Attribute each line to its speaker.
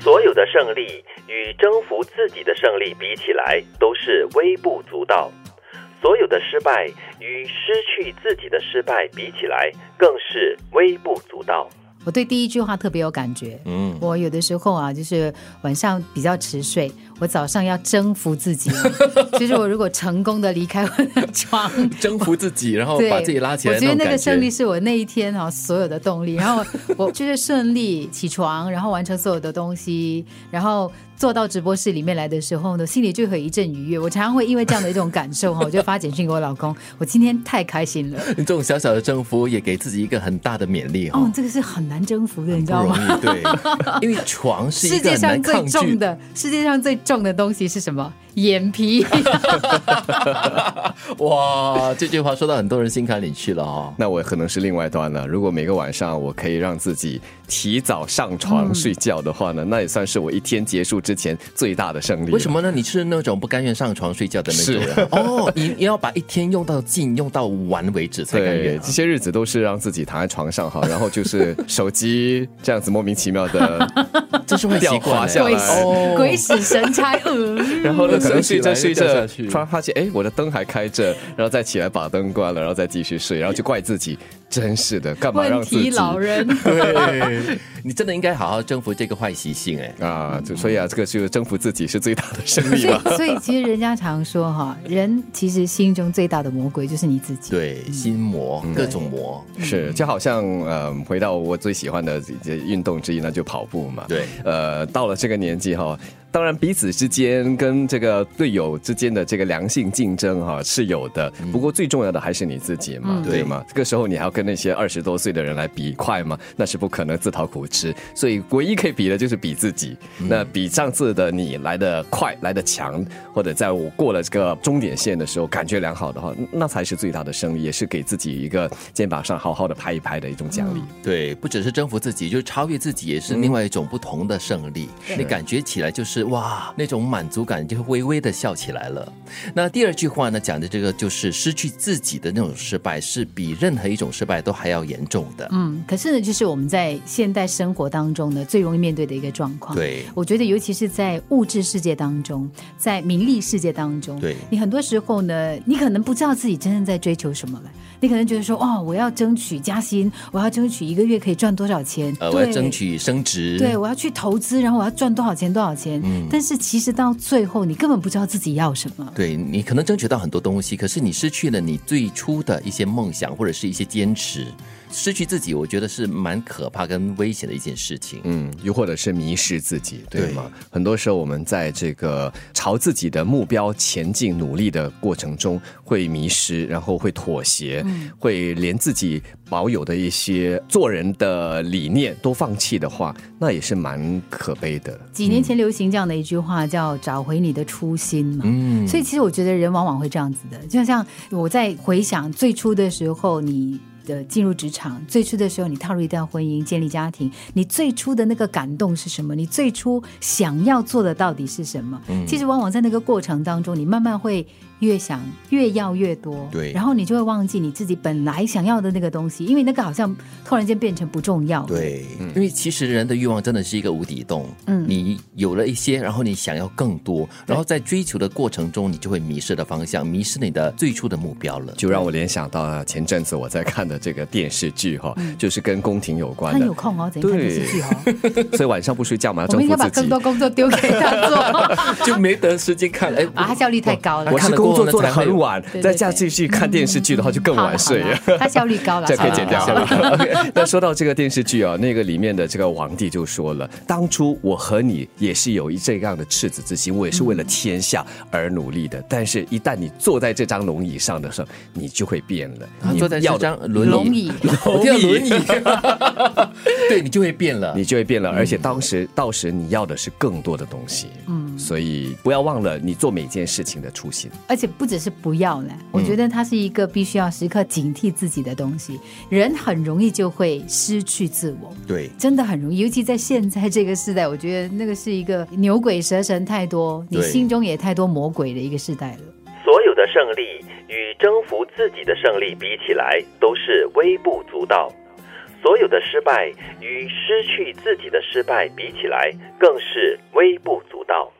Speaker 1: 所有的胜利与征服自己的胜利比起来都是微不足道，所有的失败与失去自己的失败比起来更是微不足道。
Speaker 2: 我对第一句话特别有感觉。
Speaker 3: 嗯，
Speaker 2: 我有的时候啊，就是晚上比较迟睡，我早上要征服自 己。就是我如果成功的离开我的床，
Speaker 3: 征服自己，然后
Speaker 2: 对，
Speaker 3: 把自己拉起来
Speaker 2: 我觉得
Speaker 3: 那
Speaker 2: 那
Speaker 3: 种感
Speaker 2: 个
Speaker 3: 觉
Speaker 2: 胜利是我那一天哈、所有的动力，然后我我就是顺利起床，然后完成所有的东西，然后坐到直播室里面来的时候呢，心里就会一阵愉悦。我常常会因为这样的一种感受哈、我就发简讯给我老公， 我今天太开心了。
Speaker 3: 这种小小的征服也给自己一个很大的勉励
Speaker 2: 哦
Speaker 3: 哈，，
Speaker 2: 这个是很难征服的，你知
Speaker 3: 不
Speaker 2: 道
Speaker 3: 容
Speaker 2: 吗？
Speaker 3: 易，对， 因为床是一
Speaker 2: 世
Speaker 3: 个
Speaker 2: 界
Speaker 3: 很
Speaker 2: 上
Speaker 3: 难
Speaker 2: 最
Speaker 3: 抗拒
Speaker 2: 重的，世界上最重的东西是什么？眼 皮。
Speaker 3: 哇，这句话说到很多人心坎里去了 哦。
Speaker 4: 那我可能是另外一端了。如果每个晚上我可以让自己提早上床睡觉的话呢，那也算是我一天结束之前最大的胜利。
Speaker 3: 为什？么呢？你是那种不甘愿上床睡觉的那种人 哦，你你要把一天用到尽，用到完为止才甘
Speaker 4: 对，
Speaker 3: 愿啊。
Speaker 4: 这些日子都是让自己躺在床上哈，然后就是手机这样子莫名其妙 的
Speaker 3: 这是会习
Speaker 4: 掉
Speaker 3: 惯
Speaker 4: 滑
Speaker 3: 的
Speaker 4: 下
Speaker 2: 鬼使
Speaker 4: 来。
Speaker 3: 哦
Speaker 2: 鬼使神差，嗯
Speaker 4: 然后呢，可能睡着
Speaker 3: 想
Speaker 4: 睡
Speaker 3: 起来就掉下
Speaker 4: 着
Speaker 3: 去，
Speaker 4: 突然发现，哎，我的灯还开着，然后再起来把灯关了，然后再继续睡，然后就怪自己，真是的，干嘛
Speaker 2: 问
Speaker 4: 让自己
Speaker 2: 题老 人。
Speaker 3: 对， 你真的应该好好征服这个坏习性哎。
Speaker 4: 啊？就所以啊，这个就是征服自己是最大的胜利
Speaker 2: 所
Speaker 4: 吧。
Speaker 2: 以，所以其实人家常说哈，人其实心中最大的魔鬼就是你自己。
Speaker 3: 对，心魔，
Speaker 2: 嗯
Speaker 3: 各种魔，
Speaker 4: 是，就好像呃，回到我最喜欢的这运动之一，那就跑步嘛。
Speaker 3: 对
Speaker 4: 呃，到了这个年纪哈、当然彼此之间跟这个队友之间的这个良性竞争哈、是有的，不过最重要的还是你自己嘛，
Speaker 2: 嗯
Speaker 4: 对吗？这个时候你还要跟那些二十多岁的人来比快吗？那是不可能，自讨苦吃。所以唯一可以比的就是比自己，那比上次的你来的快，来的强，或者在我过了这个终点线的时候感觉良好的话，那才是最大的胜利，也是给自己一个肩膀上好好的拍一拍的一种奖励。
Speaker 3: 对，不只是征服自己，就是超越自己，也是
Speaker 2: 嗯
Speaker 3: 另外一种不同的胜利。你感觉起来就是哇，那种满足感就会微微的笑起来了。那第二句话呢，讲的这个就是失去自己的那种失败，是比任何一种失败都还要严重的。
Speaker 2: 嗯，可是呢，就是我们在现代生活当中呢，最容易面对的一个状况。。
Speaker 3: 对，
Speaker 2: 我觉得，尤其是在物质世界当中，在名利世界当中，
Speaker 3: 对
Speaker 2: 你很多时候呢，你可能不知道自己真正在追求什么了。你可能觉得说，哦，我要争取加薪，我要争取一个月可以赚多少钱，
Speaker 3: 呃，我要
Speaker 2: 对
Speaker 3: 争取升职。
Speaker 2: 对，我要去投资，然后我要赚多少钱多少钱。
Speaker 3: 嗯
Speaker 2: 但是其实到最后，你根本不知道自己要什么。
Speaker 3: 对你可能争取到很多东西，可是你失去了你最初的一些梦想或者是一些坚持，失去自己，我觉得是蛮可怕跟危险的一件事情。
Speaker 4: 嗯，又或者是迷失自己，对
Speaker 3: 对
Speaker 4: 吗？很多时候我们在这个朝自己的目标前进、努力的过程中，会迷失，然后会妥协，
Speaker 2: 嗯
Speaker 4: 会连自己保有的一些做人的理念都放弃的话，那也是蛮可悲的。
Speaker 2: 几年前流行这样的一句话，叫“找回你的初心”嘛。
Speaker 3: 嗯，
Speaker 2: 所以其实我觉得人往往会这样子的，就像我在回想最初的时候，你。的进入职场，最初的时候，你踏入一段婚姻，建立家庭，你最初的那个感动是什么？你最初想要做的到底是什么？
Speaker 3: 嗯
Speaker 2: 其实往往在那个过程当中，你慢慢会越想越要越多，
Speaker 3: 对
Speaker 2: 然后你就会忘记你自己本来想要的那个东西，因为那个好像突然间变成不重要了。
Speaker 3: 对，因为其实人的欲望真的是一个无底洞。
Speaker 2: 嗯
Speaker 3: 你有了一些，然后你想要更多，然后在追求的过程中，你就会迷失了方向，迷失你的最初的目标了。
Speaker 4: 就让我联想到啊前阵子我在看的这个电视剧哈、就是跟宫廷有关
Speaker 2: 嗯他
Speaker 4: 的
Speaker 2: 有，空哦，怎样看电视剧哦？
Speaker 4: 所以晚上不睡觉嘛，要
Speaker 2: 我
Speaker 4: 征
Speaker 2: 们应
Speaker 4: 服
Speaker 2: 该把
Speaker 4: 啊自
Speaker 2: 更
Speaker 4: 己
Speaker 2: 多。工作丢给他做。
Speaker 3: 就没得时间看，哎，
Speaker 2: 啊，他效率太高了。
Speaker 4: 我是工作做的很晚
Speaker 2: 对，对
Speaker 4: 再下继续看电视剧的话， 就更
Speaker 2: 好了
Speaker 4: 晚睡。
Speaker 2: 好了他效率高了，
Speaker 4: 这可以
Speaker 2: 效率
Speaker 4: 剪
Speaker 2: 高
Speaker 4: 掉
Speaker 3: 好了好
Speaker 4: OK，那说到这个电视剧啊，那个里面的这个皇帝就说了，当初我和你也是有一这样的赤子之心，我也是为了天下而努力的。但是，一旦你坐在这张龙椅上的时候，你就会变了。
Speaker 3: 他
Speaker 4: 你
Speaker 3: 坐在这
Speaker 4: 要的
Speaker 3: 张轮椅，
Speaker 2: 龙椅
Speaker 3: 我听到轮椅， 对你就会变了。
Speaker 4: 你就会变了，而且当时到时你要的是更多的东西。嗯，所以不要忘了你做每件事情的初心。
Speaker 2: 而且不只是不要
Speaker 4: 嗯
Speaker 2: 呢，我觉得它是一个必须要时刻警惕自己的东西。人很容易就会失去自我。
Speaker 3: 对，
Speaker 2: 真的很容易，尤其在现在这个时代，我觉得那个是一个牛鬼蛇神太多，你
Speaker 3: 对
Speaker 2: 心中也太多魔鬼的一个时代了。
Speaker 1: 所有的胜利与征服自己的胜利比起来都是微不足道，所有的失败与失去自己的失败比起来，更是微不足道。